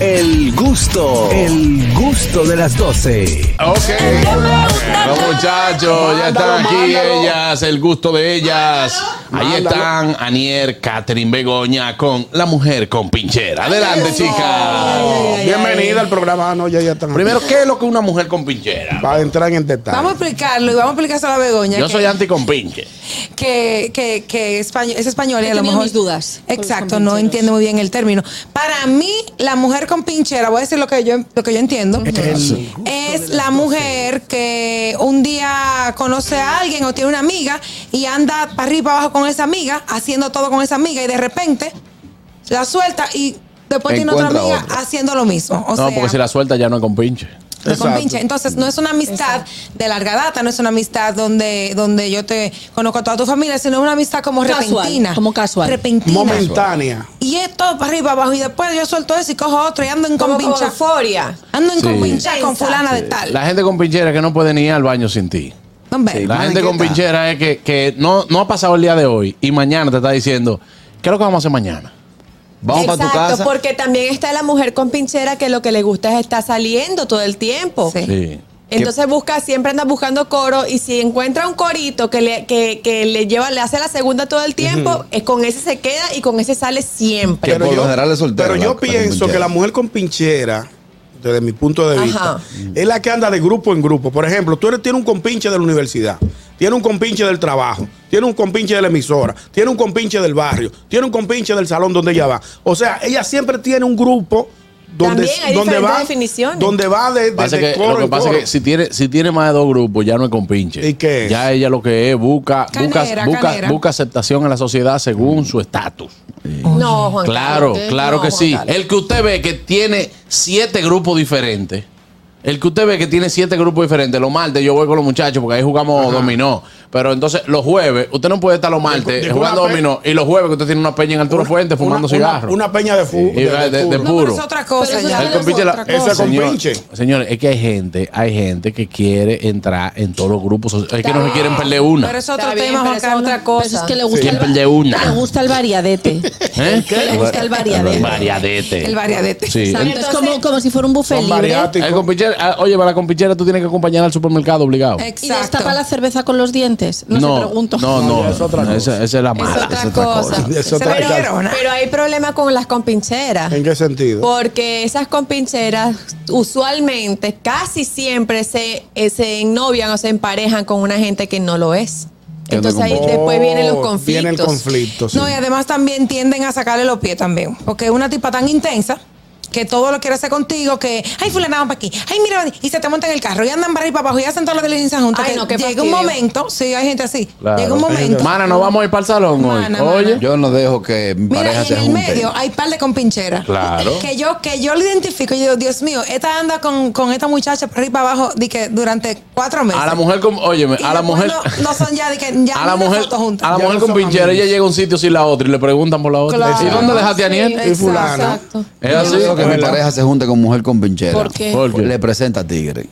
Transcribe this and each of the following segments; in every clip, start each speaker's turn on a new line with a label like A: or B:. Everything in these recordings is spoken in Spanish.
A: El gusto, el gusto de las 12.
B: Ok. Los muchachos ya están aquí, ellas, el gusto de ellas. Ahí están Anier, Catherine Begoña con la mujer con pinchera. Adelante, chicas.
C: Bienvenida al programa. Ah, no, ya, ya están. aquí.
B: Primero, ¿qué es lo que es una mujer con pinchera?
C: Para entrar en detalle.
D: Vamos a explicarlo y vamos a explicarse a la Begoña.
B: Yo
D: que-
B: soy anticompinche.
D: que, que, que español, es español y
E: He
D: a lo
E: tenido
D: mejor.
E: mis dudas con los
D: Exacto,
E: compincheros.
D: no entiendo muy bien el término. Para mí, la mujer con pinchera, voy a decir lo que yo, lo que yo entiendo,
B: Este
D: es la mujer que un día conoce a alguien o tiene una amiga y anda para arriba y para abajo con esa amiga, haciendo todo con esa amiga y de repente la suelta y después tiene otra
F: Encuentra
D: amiga
F: otra.
D: haciendo lo mismo. O
B: No,
D: sea,
B: porque si la suelta ya no es compinche.
D: me
C: Exacto.
D: compinche. Entonces, no es una amistad de larga data, no es una amistad donde, donde yo te conozco a toda tu familia, sino una amistad como
E: Casual,
D: repentina.
E: como casual.
D: Repentina.
C: Momentánea.
D: Y es todo para arriba, abajo. Y después yo suelto eso y cojo otro y ando en
E: Como
D: compincha.
E: con euforia.
D: Ando en
B: Sí.
D: compincha con fulana de tal.
B: La gente con pinchera que no puede ni ir al baño sin ti.
D: Hombre,
B: La gente con
C: inquieta.
B: pinchera es que, que no, no ha pasado el día de hoy y mañana te está diciendo, ¿qué es lo que vamos a hacer mañana?
F: Vamos para tu
E: Exacto,
F: casa.
E: porque también está la mujer con pinchera que lo que le gusta es estar saliendo todo el tiempo.
D: Sí.
B: Sí.
E: Entonces busca, siempre anda buscando coro y si encuentra un corito que le, que, que le lleva, le hace la segunda todo el tiempo, eh, con ese se queda y con ese sale siempre.
F: Que por lo general es soltero,
C: Pero
F: la-
C: yo
F: la
C: pienso
F: compinchera.
C: que la mujer con pinchera, desde mi punto de vista,
E: Ajá.
C: es la que anda de grupo en grupo. Por ejemplo, tú eres, tienes un compinche de la universidad, tienes un compinche del trabajo, tienes un compinche de la emisora, tienes un compinche del barrio, tienes un compinche del salón donde ella va. O sea, ella siempre tiene un grupo donde,
E: También hay
C: donde
E: diferentes
C: va
E: definiciones.
C: donde va de, de-
B: Pasa
C: de
B: que-
C: coro
B: lo que
C: en
B: pasa
C: coro.
B: es que si tiene, si tiene más de dos grupos, ya no es compinche.
C: ¿Y qué es?
B: Ya ella lo que es, busca, busca-
D: Canera,
B: busca,
D: canera.
B: busca aceptación en la sociedad según su estatus.
E: No, Juan
B: Claro,
E: Carlos,
B: claro
E: no,
B: que
E: Juan
B: sí.
E: Carlos.
B: El que usted ve que tiene siete grupos diferentes. El que usted ve que tiene siete grupos diferentes. Los martes yo voy con los muchachos porque ahí jugamos dominó. Pero entonces los jueves, usted no puede estar los martes
C: digo,
B: jugando
C: una pe-
B: dominó. Y los jueves que usted tiene una peña en Arturo Fuente fumando
C: Una- una-
B: cigarros.
C: Una, peña de fútbol.
B: Y de- de- de
D: No, pero
B: puro.
D: es otra cosa.
E: Pero eso
D: ya.
E: ya
B: El compinche
E: es
B: la-
E: otra
C: cosa. Eso es
B: Señor-
C: compinche.
B: Señores, es que hay gente, hay gente que quiere entrar en todos los grupos. so- Es que no se quieren perder una.
D: Pero es otro
E: Está bien,
D: tema,
E: pero
D: Juan
E: eso es
D: Carlos.
E: otra cosa.
D: Pero es que
G: que le
B: Sí.
G: gusta, el,
B: Siempre de una.
G: le gusta el variadete.
B: ¿Eh?
G: Que le gusta el variadete.
B: Variadete.
D: El variadete.
B: Sí.
G: Exacto, es como, como si fuera un buffet
C: Son
G: libre.
C: variáticos.
B: El compinchero- ah, oye, para la compinchera tú tienes que acompañar al supermercado obligado.
G: Y
D: Exacto.
G: destapa la cerveza con los dientes. No, se pregunto.
B: No, no,
C: No, es otra
B: no, esa,
C: cosa.
B: esa es la
E: Es
B: mala.
E: otra,
B: esa es otra
E: cosa.
C: cosa. Es otra
E: pero,
D: cosa.
E: pero hay problema con las compincheras.
C: ¿En qué sentido?
E: Porque esas compincheras usualmente, casi siempre se, eh, se ennovian o se emparejan con una gente que no lo es.
B: Que no
E: Entonces ahí
B: comparte.
E: después vienen los
C: Oh,
E: conflictos.
C: Viene el conflicto. sí.
D: No, y además también tienden a sacarle los pies también. Porque es una tipa tan intensa que todo lo quiere hacer contigo, que, ay, fulana, vamos para aquí, ay, mira, y se te monta en el carro, y andan para arriba y para abajo, y hacen todas las diligencias juntas.
E: Ay,
D: que
E: no, qué
D: llega un
E: fastidio.
D: momento, sí, hay gente así,
B: Claro.
D: llega un momento.
B: Mana, no vamos a ir para el salón
D: Mana,
B: hoy. Oye,
D: mana.
F: Yo no dejo que mi
D: Mira,
F: pareja
D: y
F: se
D: en el
F: junte.
D: medio hay par de compincheras.
B: Claro.
D: Que yo, que yo lo identifico y digo, Dios mío, esta anda con, con esta muchacha para arriba y para abajo de que durante cuatro meses.
B: a la mujer con, óyeme,
D: Y
B: a la
D: después
B: mujer,
D: No, no son ya de que ya
B: a la
D: ni una
B: mujer,
D: foto juntas.
B: a la
C: Ya
B: mujer
C: no
B: con
C: son
B: pinchera,
C: amigos.
B: ella llega a un sitio sin la otra y le preguntan por la otra.
D: Claro.
B: ¿Y dónde dejaste a Aniel?
D: Sí,
C: Y fulano.
D: Exacto.
B: Es
F: Yo no dejo
B: así.
F: que mi
C: Bueno.
F: pareja se junte con mujer con pinchera.
G: ¿Por qué?
B: ¿Por qué?
F: Le presenta a tigre.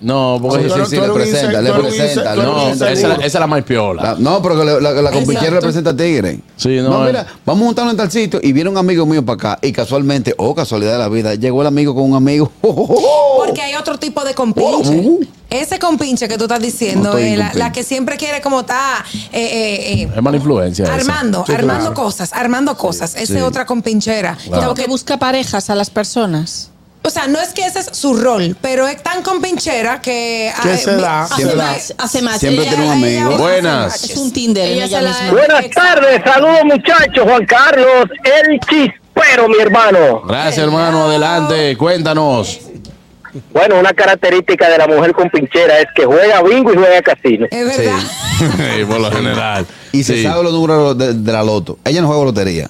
B: No,
F: Sí,
B: porque
C: Tú
F: sí,
C: eres-
F: sí,
C: tú
F: le
C: eres un
F: presenta,
C: insecto,
F: le
C: tú eres un
F: presenta,
C: insecto,
F: le
C: tú eres
B: Ah, No,
C: un
B: esa
F: presenta.
C: insecto.
B: es la- esa es la más
F: La-
B: piola.
F: no, pero que la, la- la compinchera
G: Exacto.
F: representa a Tigre.
B: Sí, no, eh.
F: mira,
B: es-
F: vamos a juntarnos en tal sitio y viene un amigo mío para acá y casualmente, oh, casualidad de la vida, llegó el amigo con un amigo.
D: Porque hay otro tipo de compinche.
F: Oh.
D: Ese compinche que tú estás
F: No
D: diciendo,
F: estoy
D: eh, la,
F: compinche.
D: la que siempre quiere como está eh, eh, eh,
B: Es mala influencia. esa.
D: armando,
C: Sí,
D: armando
C: claro.
D: cosas, armando cosas. Esa es otra compinchera.
G: Como
D: Porque-
G: que busca parejas a las personas.
D: o sea, no es que ese es su rol, pero es tan compinchera que...
C: Que
D: ah,
C: se
D: eh,
C: da.
D: hace
E: Pues,
G: Hace
F: Siempre-
G: más, hace más.
F: siempre tiene un amigo.
D: hace
B: Buenas.
D: matches.
G: Es un Tinder en
E: Ella se
G: ella
E: la-
G: misma.
H: Buenas tardes, saludos muchachos, Juan Carlos, el chispero, mi hermano.
B: Gracias, hermano. Adelante, cuéntanos.
H: Bueno, una característica de la mujer con pinchera es que juega bingo y juega casino.
D: Es verdad.
B: Sí, por lo general.
F: Y se
B: Sí.
F: sabe los números de, de la loto. Ella no juega lotería.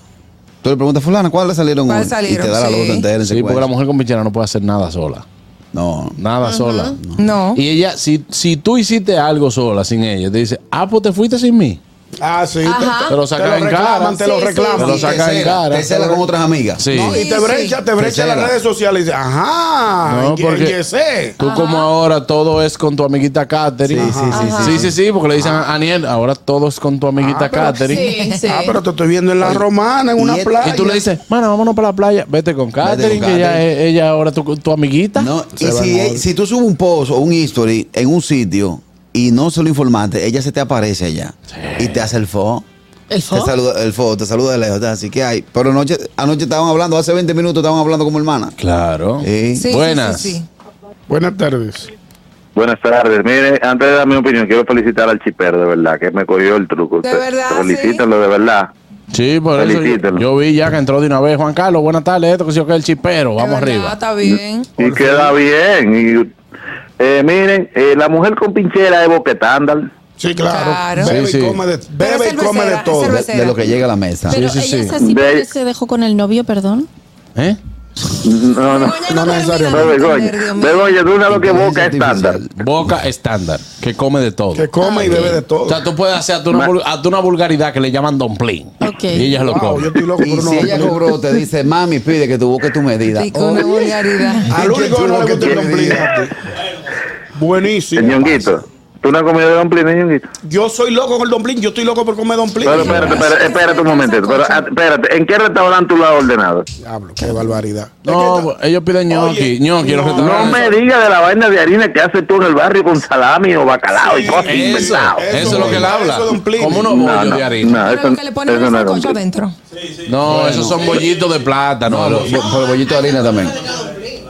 F: Tú le preguntas, fulana, ¿cuáles salieron
D: ¿Cuáles
F: hoy?
D: salieron?
F: Y te da la
D: Sí.
F: loto entera en
B: Sí, porque
F: secuencia.
B: la mujer con pinchera no puede hacer nada sola.
F: No.
B: Nada sola.
D: No.
B: Y ella, si, si tú hiciste algo sola sin ella, te dice, ah, pues te fuiste sin mí.
C: Ah, sí.
E: Ajá.
B: Te lo sacan en cara.
C: reclaman, te lo
E: Sí, sí,
C: reclaman.
B: Te lo sacan en
F: Tercera,
B: cara.
F: tercera con otras amigas.
B: Sí.
C: No, y te
D: Sí,
C: brecha, te brecha
F: Tercera.
C: las redes sociales. y dice, Ajá,
B: No,
C: en que-
B: porque-
C: en que sé.
B: Tú como ahora todo es con tu amiguita Katherine.
F: Sí, sí, sí,
B: sí, sí, sí, Ah. porque le dicen a Aniel, ahora todo es con tu amiguita
C: Ah, pero-
B: Katherine.
E: Sí, sí.
C: Ah, pero te estoy viendo en la romana, en
F: y
C: una
F: es-
C: playa.
B: Y tú le dices, mana, vámonos para la playa. Vete con Katherine, que ella,
F: Katherine.
B: es- ella ahora es tu, tu amiguita.
F: No,
C: Se
F: y
C: van
F: si,
C: ahora.
F: si tú subes un post o un history en un sitio y no se lo informaste, ella se te aparece allá y te hace el fo.
G: ¿El
F: Te
G: fo?
F: saluda, el fo, te saluda de lejos, te hace, así que hay. Pero anoche, anoche estaban hablando, hace 20 minutos estaban hablando como hermana.
B: Claro.
F: Sí.
D: Sí, sí,
B: Buenas.
D: sí, sí.
C: Buenas tardes.
I: Buenas tardes. Mire, antes de dar mi opinión, quiero felicitar al Chiper, de verdad, que me cogió el truco.
D: De
I: Usted-
D: verdad,
I: Felicítalo, de verdad.
B: Sí, por eso yo,
I: Felicítelo.
B: yo vi ya que entró de una vez. Juan Carlos, buenas tardes. Esto que sí o que el chipero. Vamos
D: De verdad,
B: arriba.
D: Está bien.
I: Y queda bien. Y, eh, miren, eh, la mujer con pinchera es boquetándal.
C: Sí, claro.
D: Claro.
C: Bebe
B: Sí,
C: y
B: sí.
C: come de,
D: Pero
C: bebe
D: es
C: y come de
D: cervecera,
C: todo.
D: es
F: De, de lo que llega a la mesa.
G: Pero
B: Sí, sí,
G: ella
B: sí.
G: es así porque
I: Ve-
G: se dejó con el novio, perdón.
B: ¿Eh?
I: No, no.
D: No,
I: No, Begoña. Begoña, tú sabes lo que boca
F: Inteligencia
I: estándar.
F: artificial.
B: Boca estándar, que come de todo.
C: Que come y bebe de todo.
B: O sea, tú puedes hacer hasta una, vul- hasta una vulgaridad que le llaman don plin.
G: Ok.
B: Y ella lo
C: Wow,
B: come.
C: yo estoy loco por
F: Y si ella cobró, te dice, mami, pide que tú busques tu medida.
D: Y con una vulgaridad.
C: Al único que no le gusta el dumpling.
I: El
C: Buenísimo.
I: ñonguito. ¿Tú no has comido de dumpling, eh, ñonguito?
C: Yo soy loco con el dumpling, yo estoy loco por comer dumpling.
I: Pero espérate, espérate, espérate un momentito. Pero, ah, espérate, ¿en qué restaurante tú lo has ordenado?
C: Diablo, qué barbaridad.
B: No, pues, ellos piden ñoqui.
C: Oye,
B: ñoqui, los
C: no,
I: No
B: restaurantes.
I: me digas de la vaina de harina que haces tú en el barrio con salami o bacalao y
C: Sí,
I: cosas
B: Eso,
I: inventadas.
B: eso, es lo que él
C: eso,
B: habla.
C: dumpling.
B: Como unos
I: No,
B: bollos
I: no,
B: eh, de
I: no.
B: harina.
D: Pero
I: eso-
D: lo que le ponen
I: eso
D: un
I: no era
D: sancocho
I: un-
D: adentro.
B: No, esos son bollitos de plátano.
F: No, lo-
B: los-
F: por el bollito de harina también.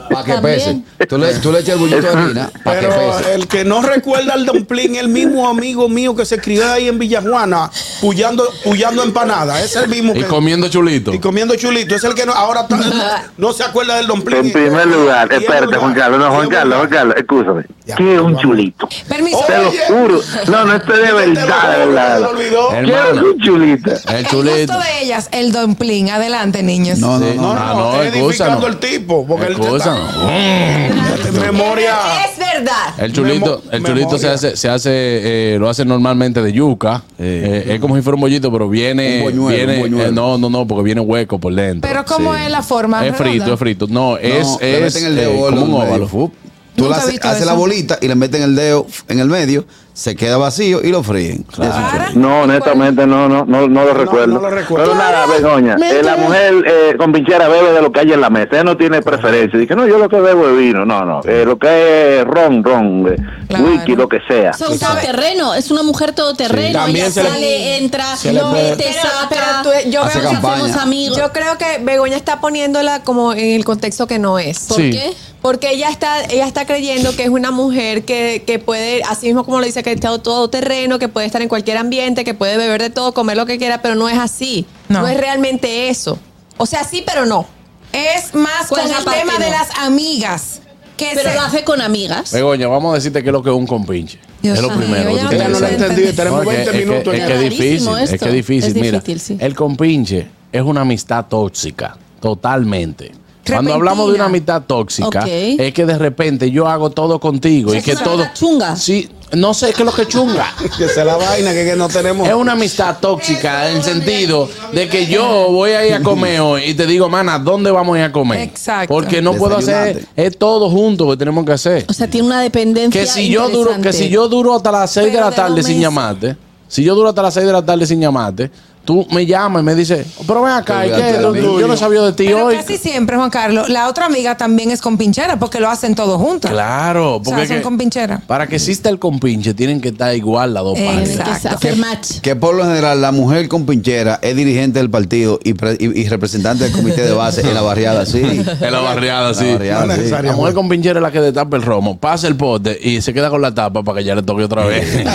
F: Para que pese.
G: También.
F: Tú le, tú le echas el bollito de harina para que
C: Pero
F: pese.
C: el que no recuerda el dumpling, el mismo amigo mío que se crió ahí en Villajuana, pullando, pullando empanada. Es el mismo
B: y
C: que.
B: comiendo chulito.
C: y comiendo chulito. Es el que no- ahora está- no se acuerda del dumpling.
I: En primer lugar, espérate, Juan Carlos, no, Juan Carlos, Juan Carlos, escúchame.
C: Ya,
I: ¿Qué es un
C: vamos.
I: chulito?
D: Permiso.
C: Oye,
I: Te lo juro. No, no, esto es de verdad, de verdad. ¿Qué es
B: Hermano.
I: un chulito?
B: El
D: El
B: chulito.
D: gusto de ellas, el dumpling. Adelante, niños.
F: No, no,
B: Sí.
F: no.
C: No,
B: Ah,
C: no,
B: no,
C: no, está edificando
B: escúchanos.
C: el tipo. Porque él te
B: Escúchanos.
C: está, en memoria.
E: Es verdad.
B: El chulito,
C: Memo-
B: el chulito se
C: memoria.
B: hace, se hace, eh, lo hace normalmente de yuca. Eh, es como si fuera un bollito, pero viene,
F: Un boñuelo,
B: viene-
F: un boñuelo.
B: eh, no, no, no, porque viene hueco por dentro.
D: Pero ¿cómo es la forma?
B: es frito,
D: redonda?
B: es frito. No, es,
F: No, le
B: es
F: meten el
B: eh,
F: dedo en
B: como un
F: el medio,
B: óvalo.
F: fup. Tú
D: Nunca
F: le
D: he
F: haces
D: visto
F: haces la
D: eso.
F: bolita y le meten el dedo en el medio, se queda vacío y lo fríen.
D: Para.
I: No, honestamente, no, no, no, no lo recuerdo.
C: no lo recuerdo.
I: Pero nada, Begoña, eh, la mujer eh, con pinchera bebe de lo que hay en la mesa. Ella no tiene preferencia. Dice, no, yo lo que bebo es vino. No, no, eh, lo que es ron, ron, eh,
D: Claro.
I: whisky, lo que sea.
G: O sea, un todoterreno, es una mujer todoterreno.
C: Sí. También
G: Ella
C: se le-
G: sale, entra,
C: se le puede-
G: te
E: Pero-
G: saca.
E: pero tú- yo
F: Hace
E: veo que
F: campaña.
E: somos amigos. Yo creo que Begoña está poniéndola como en el contexto que no es.
G: ¿Por
B: Sí.
G: qué?
E: Porque ella está, ella está creyendo que es una mujer que, que puede, así mismo como lo dice, que está todo terreno, que puede estar en cualquier ambiente, que puede beber de todo, comer lo que quiera, pero no es así.
D: No.
E: No, es realmente eso. O sea, sí, pero no.
D: Es más con
E: Pues
D: el
E: aparte
D: tema de
E: no.
D: las amigas. Que
G: Pero
D: se-
G: lo hace con amigas.
B: Begoña, vamos a decirte que es lo que es un compinche.
D: Dios
B: es lo
D: mío,
B: primero.
D: ya
B: tú
D: no
C: Ya no
B: tienes que
C: lo
B: saber.
C: entendí, tenemos
B: No, es que-
C: 20
B: es que-
C: minutos.
B: Es
C: ya.
B: que es
G: Rarísimo
B: difícil, es
G: esto.
B: que es difícil.
G: Es
B: Mira,
G: difícil, sí.
B: el compinche es una amistad tóxica, totalmente. Cuando
D: Repentina.
B: hablamos de una amistad tóxica,
G: Ok.
B: es que de repente yo hago todo contigo y
G: Es
B: que
G: una
B: todo
G: amistad chunga.
B: Sí, no sé qué es lo que chunga.
C: Que se la vaina que, que no tenemos.
B: Es una amistad tóxica en el sentido de que yo voy a ir a comer hoy y te digo, mana, ¿dónde vamos a ir a comer?
D: Exacto.
B: Porque no puedo hacer,
F: Desayunate.
B: es todo junto que tenemos que hacer.
G: O sea, tiene una dependencia.
B: Que si yo duro, que
G: interesante.
B: si yo duro hasta las 6 de
G: Pero
B: la
G: de
B: tarde
G: dos
B: sin
G: meses.
B: llamarte, si yo duro hasta las 6 de la tarde sin llamarte, tú me llamas y me dices, pero ven acá, ¿y
F: Olvídate
B: qué?
F: de mí.
B: Yo no sabía de ti
D: Pero
B: hoy.
D: casi siempre, Juan Carlos, la otra amiga también es con pinchera porque lo hacen todos juntos.
B: Claro,
D: O sea,
B: porque
D: son
B: que-
D: compincheras.
B: para que exista el compinche tienen que estar igual las dos partes.
G: Tiene que
D: Exacto.
G: hacer match.
F: Que por lo general la mujer con pinchera es dirigente del partido y, pre- y- y representante del comité de base en la barriada, sí.
B: En la barriada, sí.
F: En la barriada,
C: No
F: sí.
C: necesariamente.
B: La mujer con pinchera es la que destapa el romo, pasa el pote y se queda con la tapa para que ya le toque otra vez.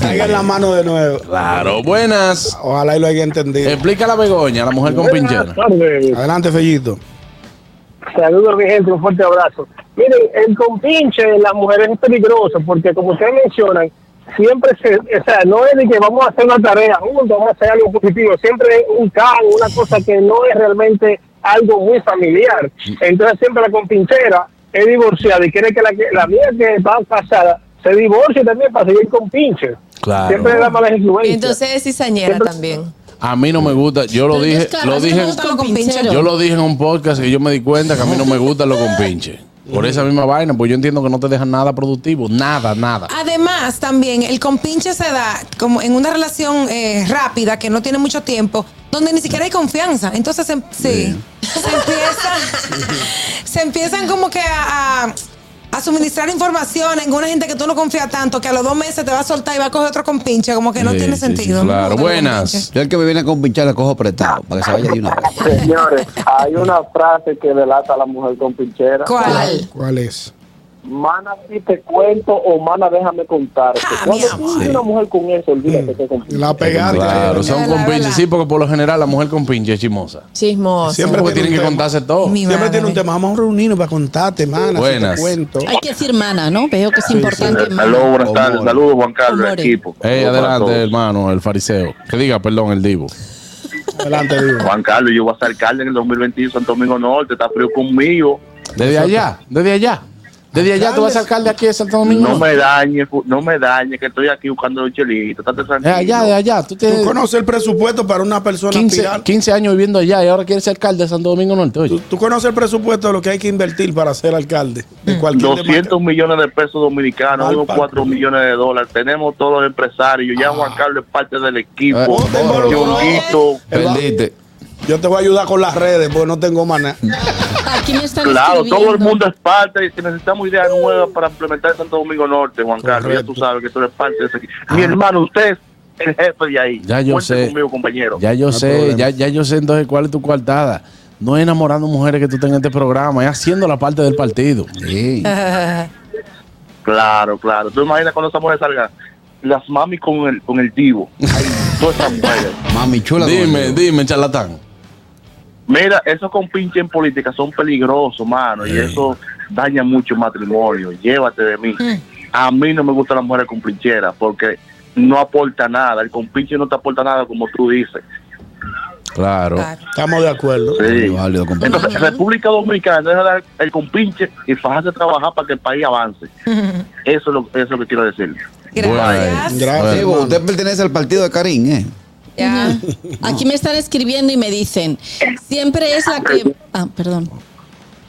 C: Caiga en la mano de nuevo.
B: claro, buenas.
C: Ojalá y lo haya entendido.
B: Explica la Begoña, la mujer con pinchera.
C: Adelante, Fellito.
H: Saludos, mi gente, un fuerte abrazo. Miren, el compinche de las mujeres es peligroso porque, como ustedes mencionan, siempre se. O sea, no es de que vamos a hacer una tarea juntos, vamos a hacer algo positivo. Siempre es un cargo, una cosa que no es realmente algo muy familiar. Entonces, siempre la compinchera es divorciada y quiere que la, que- la mía que va casada se divorcie también para seguir con pinche.
B: Claro.
H: Siempre es la mala
E: Y
H: influencia.
E: entonces es cizañera también.
B: A mí no me gusta. Yo lo dije, lo dije, yo lo dije en un podcast que yo me di cuenta que a mí no me gustan los compinches. Por esa misma vaina, pues yo entiendo que no te dejan nada productivo, nada, nada.
D: Ah, Además, también el compinche se da como en una relación eh, rápida que no tiene mucho tiempo, donde ni siquiera hay confianza. Entonces, se, sí, se empieza, se empiezan como que a, a- a suministrar información en una gente que tú no confías tanto, que a los dos meses te va a soltar y va a coger otro compinche, como que no
B: Sí,
D: tiene
B: sí, sí,
D: sentido. No me
B: claro,
D: gustan los
B: buenas.
F: Yo el que me viene con pinchar la cojo apretado para que se vaya de una vez.
H: Señores, hay una frase que delata a la mujer con pinchera.
D: ¿Cuál?
C: ¿Cuál es?
H: Mana, si te cuento o mana, déjame contarte.
D: Ah,
H: Cuando
D: mi
H: tú eres una mujer con eso, olvídate que con
C: La pegada.
B: Claro, son
D: Es verdad,
B: compinches.
D: es
B: Sí, porque por lo general la mujer compinche es chismosa.
E: Chismoso.
C: Siempre
B: Porque tienen que
C: un tema.
B: contarse todo.
D: Mi
C: Siempre tiene un
D: madre.
C: tema. Vamos a reunirnos para contarte, mana. si
B: Buenas.
C: te cuento.
G: Hay que decir mana, ¿no? Veo que es importante. mana.
J: Saludos, buenas tardes. Saludos, Juan Carlos,
G: Humores.
J: equipo. Saludos
B: Ey,
J: para
B: Eh, adelante,
J: todos.
B: hermano, el fariseo. Que diga, perdón, el divo.
C: Adelante, digo.
J: Juan Carlos, yo voy a ser alcalde en el 2021 Santo Domingo Norte. Está frío conmigo.
B: Desde allá, desde allá. Desde allá tú vas a alcalde aquí de Santo Domingo.
J: No me dañe, fu- no me dañe, que estoy aquí buscando un chelito. Estate
B: De
J: tranquilo.
B: Eh, allá, de allá. Tú
C: Tú
B: tienes
C: conoces el presupuesto para una persona
B: 15,
C: aspirar?
B: 15 años viviendo allá y ahora quieres ser alcalde de Santo Domingo Norte.
C: ¿Tú,
B: Oye.
C: tú conoces el presupuesto de lo que hay que invertir para ser alcalde de cualquier
J: 200 millones de pesos dominicanos,
C: Mal
J: unos
C: pa-
J: 4 millones de dólares. Tenemos todos los empresarios.
B: Ah.
J: Ya Juan Carlos es parte del equipo.
B: Eh,
C: Oh, te involucró.
J: Yonguito,
B: Perdiste.
C: Yo te voy a ayudar con las redes porque no tengo maná.
G: Aquí me están
J: Claro, todo el
G: escribiendo.
J: mundo es parte y si necesitamos ideas nuevas para implementar Santo Domingo Norte, Juan Carlos, ya
C: Correcto.
J: tú sabes que tú eres parte de ese equipo. Mi hermano, usted es el jefe de ahí.
B: Ah. Ya yo
J: Cuente
B: sé.
J: conmigo, compañero.
B: Ya yo
C: No hay
B: sé,
C: problema.
B: ya, ya yo sé entonces cuál es tu coartada. No es enamorando mujeres que tú tengas en este programa, es haciendo la parte del partido.
F: Sí.
J: Claro, claro. Tú imaginas cuando esa mujer salga, las mami con el, con el divo. Ay, todas esas mujeres.
F: Mami chula.
B: Dime,
F: coño.
B: dime, charlatán.
J: Mira, esos compinches en política son peligrosos, mano, y eso daña mucho el matrimonio. Llévate de mí. A mí no me gustan las mujeres compincheras porque no aporta nada. El compinche no te aporta nada, como tú dices.
B: Claro.
D: Claro.
C: Estamos de acuerdo.
J: Sí.
F: Válido, compadre.
J: Entonces, República Dominicana deja dar el compinche y fajarse a trabajar para que el país avance. Eso es lo, eso es lo que quiero decir.
D: Gracias.
C: Gracias.
F: Sí,
C: hermano.
F: usted pertenece al partido de Karim, ¿eh?
D: Ya.
G: Aquí me están escribiendo y me dicen, siempre es la que... Ah, perdón.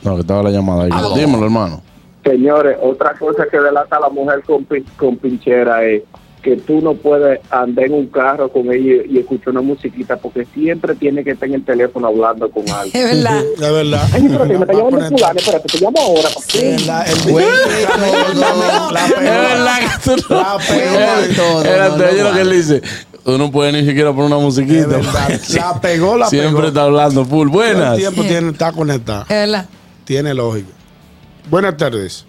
B: No, que estaba la llamada
C: Ah,
B: ahí. Dímelo, hermano.
H: Señores, otra cosa que delata a la mujer con, pin- con pinchera es que tú no puedes andar en un carro con ella y, y escuchar una musiquita porque siempre tiene que estar en el teléfono hablando con alguien.
D: Es verdad.
C: Es verdad.
H: Ay, pero me está
C: Va a
H: llamando
C: poner-
H: fulano, pues, espérate, te llamo ahora. ¿para qué?
C: Es verdad, el- La
B: Es
C: peor.
B: verdad que tú no.
C: La peor de
F: todo,
B: Era
F: no,
B: te
F: no
B: oye lo que él
F: vale.
B: dice. Tú no puedes ni siquiera poner una
C: Es
B: musiquita.
C: verdad. La pegó, la pegó.
B: Siempre está hablando full.
C: Todo
B: Buenas.
C: El tiempo tiene, está conectado.
D: Es verdad.
C: Tiene lógica. Buenas tardes.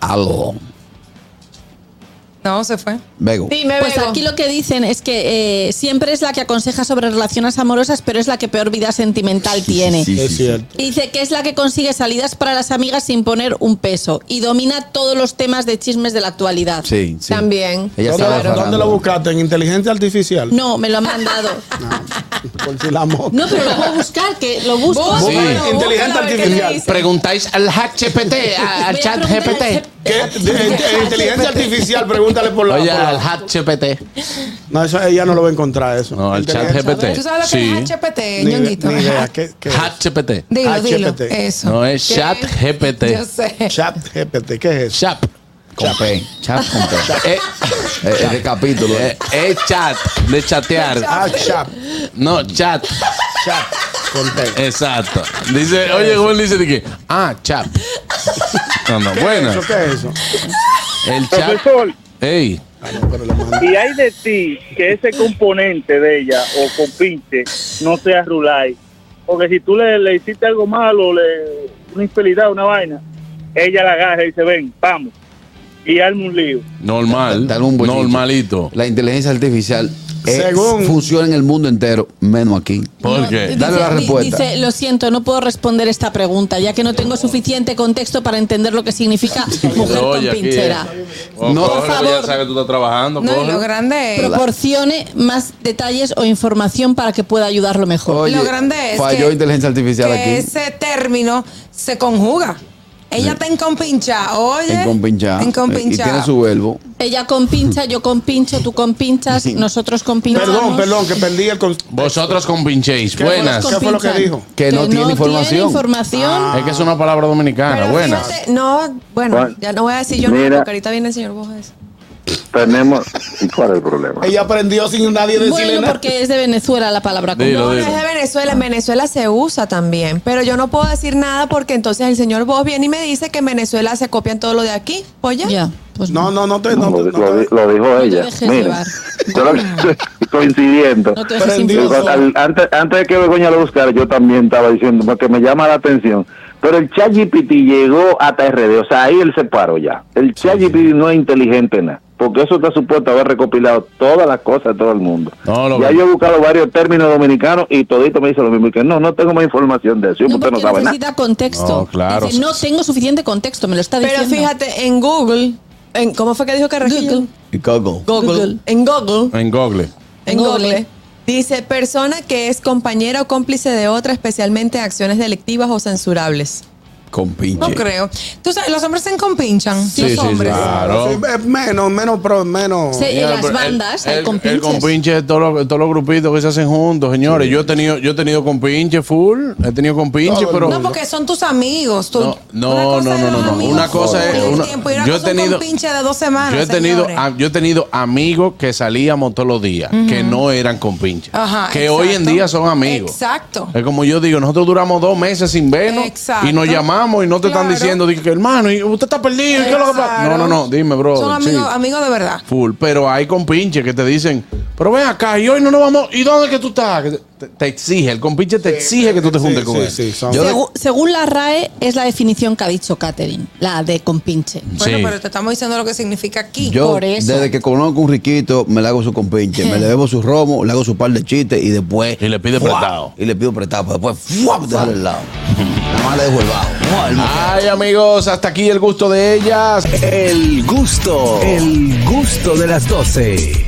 F: Aló.
D: No, se fue.
F: Vego.
E: Dime,
G: Pues
E: Bego.
G: aquí lo que dicen es que eh, siempre es la que aconseja sobre relaciones amorosas, pero es la que peor vida sentimental tiene.
F: Sí,
C: Es
F: sí, sí.
C: cierto.
G: Y Dice que es la que consigue salidas para las amigas sin poner un peso y domina todos los temas de chismes de la actualidad.
F: Sí, sí.
E: También.
F: Ella
C: ¿Dónde,
F: sabe
C: la-
F: farándula.
C: dónde la buscaste? ¿En inteligencia artificial?
G: No, me lo han mandado.
C: Por si la mosca.
G: No, pero lo voy a buscar, que lo busco.
E: Búscalo,
B: Sí.
E: búscalo,
C: Inteligente
E: a ver qué te
C: artificial.
E: dice.
B: Preguntáis al HPT,
G: Voy a preguntar al G-
C: ¿Qué? De- de- de inteligencia artificial, pregúntale por la.
B: Oye,
C: por
B: al
C: la-
B: HPT.
C: No, eso ella no lo va a encontrar eso.
B: No, al chat
C: Inteligencia-
B: GPT.
D: ¿Tú sabes lo
B: Sí.
D: que es HPT,
C: Ni,
D: ñonguito?
C: ni idea. ¿Qué, qué es?
B: HPT.
D: Dilo, dilo.
C: HPT.
D: Eso.
B: No es
D: ¿Qué?
B: chat
D: Yo
B: GPT.
D: sé.
C: Chat GPT, ¿qué es eso?
B: Chat.
F: Con P. Chat con P.
B: Eh,
F: Eh, eh, de capítulo.
B: eh,
F: eh.
B: Es chat, de chatear.
C: Ah, chat.
B: No, chat.
C: Chat. Con T.
B: Exacto. Dice, oye, Juan dice de que, ah, chat. No, no, bueno,
C: ¿Eso qué es eso?
B: el chat.
J: Profesor.
B: Ey,
C: Ah, no, pero le mandé.
J: Y hay de ti que ese componente de ella o compinche no sea rulay. Porque si tú le, le hiciste algo malo, le, una infidelidad, una vaina, ella la agarra y dice, ven, vamos. Y arma un lío.
B: normal,
F: Dale un bollito.
B: normalito.
F: La inteligencia artificial eh,
C: Según-
F: funciona en el mundo entero, menos aquí.
B: ¿Por
G: Dice-
B: qué?
F: Dale la
G: di-
F: respuesta.
G: Dice, lo siento, no puedo responder esta pregunta, ya que no tengo suficiente contexto para entender lo que significa mujer con
B: Oye, aquí,
G: pinchera.
B: eh. Oh,
F: No,
B: cógelo,
G: por favor.
B: Ya sabes que tú estás trabajando.
D: No, y
B: cógelo.
D: lo grande es.
G: Eh, Proporcione más detalles o información para que pueda ayudarlo mejor.
F: Oye,
D: lo grande es
F: falló
D: que-
F: inteligencia artificial
D: que
F: aquí.
D: ese término se conjuga. Ella está en compincha, oye.
F: En compinchar.
D: ¿Eh? En
F: Y
D: compincha.
F: tiene su verbo.
G: Ella compincha, yo compincho, tú compinchas, nosotros compinchamos.
C: Perdón, perdón, que perdí el con-
B: Vosotros compinchéis.
C: ¿Qué fue lo-
B: Buenas.
C: ¿Qué fue lo que dijo? Ah.
F: Que no tiene información.
G: información.
B: Es que es una palabra dominicana.
E: Pero
B: Buenas.
E: fíjate, No, bueno,
I: Bueno,
E: ya no voy a decir yo
I: mira.
E: nada, porque ahorita viene el señor Boja.
I: Tenemos. ¿Y cuál es el problema?
C: Ella aprendió sin nadie decirle
G: Bueno,
C: nada.
G: porque es de Venezuela la palabra.
B: Dilo,
E: No, no
B: dilo.
E: es de Venezuela, en Venezuela se usa también, pero yo no puedo decir nada porque entonces el señor Bosch viene y me dice que en Venezuela se copian todo lo de aquí. Pues ya.
G: Ya, pues
C: No, no, no te. No,
I: No, lo,
C: te-
I: lo
C: no
I: di-
C: te-
I: lo dijo
G: te
I: ella.
G: dejes
I: Mira,
G: llevar.
I: yo lo que estoy coincidiendo.
G: No te dejes
C: Prendido.
I: Yo cuando-
G: influenciar.
I: al- antes, antes de que Begoña lo buscara, yo también estaba diciendo, porque me llama la atención. Pero el ChatGPT llegó hasta RD, o sea, ahí él se paró ya. El ChatGPT no es inteligente en nada, porque eso está supuesto haber recopilado todas las cosas de todo el mundo.
B: No, lo
I: ya
B: veo.
I: yo he buscado varios términos dominicanos y todito me dice lo mismo, y que no, no tengo más información de eso, y
G: No,
I: usted no
G: porque
I: sabe nada.
G: necesita contexto.
B: No, claro.
G: Dice, no tengo suficiente contexto, me lo está
E: Pero
G: diciendo.
E: fíjate, en Google, en, ¿cómo fue que dijo Carrasquillo?
G: Google.
F: Y Coco.
E: Google. En Google,
B: En Google.
E: en
G: Google.
E: Google, dice persona que es compañera o cómplice de otra, especialmente en acciones delictivas o censurables.
F: Con pinche.
D: No creo. Tú sabes, los hombres se encompañan.
B: Sí, sí,
D: los hombres.
B: claro.
C: Sí, es menos, menos, pero menos.
G: Sí. En las
B: pero
G: bandas hay
B: el,
G: compinches.
B: El compinche es todos los, todos los grupitos que se hacen juntos, señores. Yo he tenido, yo he tenido compinche full, he tenido compinche,
C: Todo el
B: pero.
D: No, porque son tus amigos. tú-
B: No, no,
D: una cosa
B: no,
D: es
B: no,
D: los
B: no, no.
D: amigos
B: Una cosa es-
D: todo el
B: una-
D: tiempo, y una
B: yo he
D: cosa es
B: tenido-
D: un pinche de dos semanas.
B: Yo he tenido,
D: señores.
B: a- yo he tenido amigos que salíamos todos los días, que no eran compinches,
D: Ajá,
B: que
D: exacto.
B: hoy en día son amigos.
D: Exacto.
B: Es como yo digo, nosotros duramos dos meses sin vernos
D: Exacto.
B: y nos llamamos y no te están
D: Claro.
B: diciendo, dije, que, hermano, y usted está perdido, ¿y qué es lo que pasa? No, no, no, dime, bro.
D: Son amigos, amigos de verdad.
B: Full, pero hay compinches que te dicen, pero ven acá y hoy no nos vamos, ¿y dónde es que tú estás? Que Te, te exige, el compinche te exige que tú te
C: Sí,
B: juntes
C: sí,
B: con él.
C: sí, son-
F: Yo-
G: Segu- según la RAE, es la definición que ha dicho Catherine, la de compinche.
D: Bueno,
B: Sí.
D: pero te estamos diciendo lo que significa aquí.
F: Yo,
G: por eso.
F: desde que conozco un riquito, me le hago su compinche, me le bebo su romo, le hago su par de chistes y después.
B: Y le pide
F: ¡fua!
B: prestado.
F: Y le pido prestado, pero después, ¡fua! dejarle al lado. Nada más le dejo el bajo.
B: Ah,
F: ¡Fua! El muchacho.
B: Ay, amigos, hasta aquí el gusto de ellas.
A: El gusto, el gusto de las 12.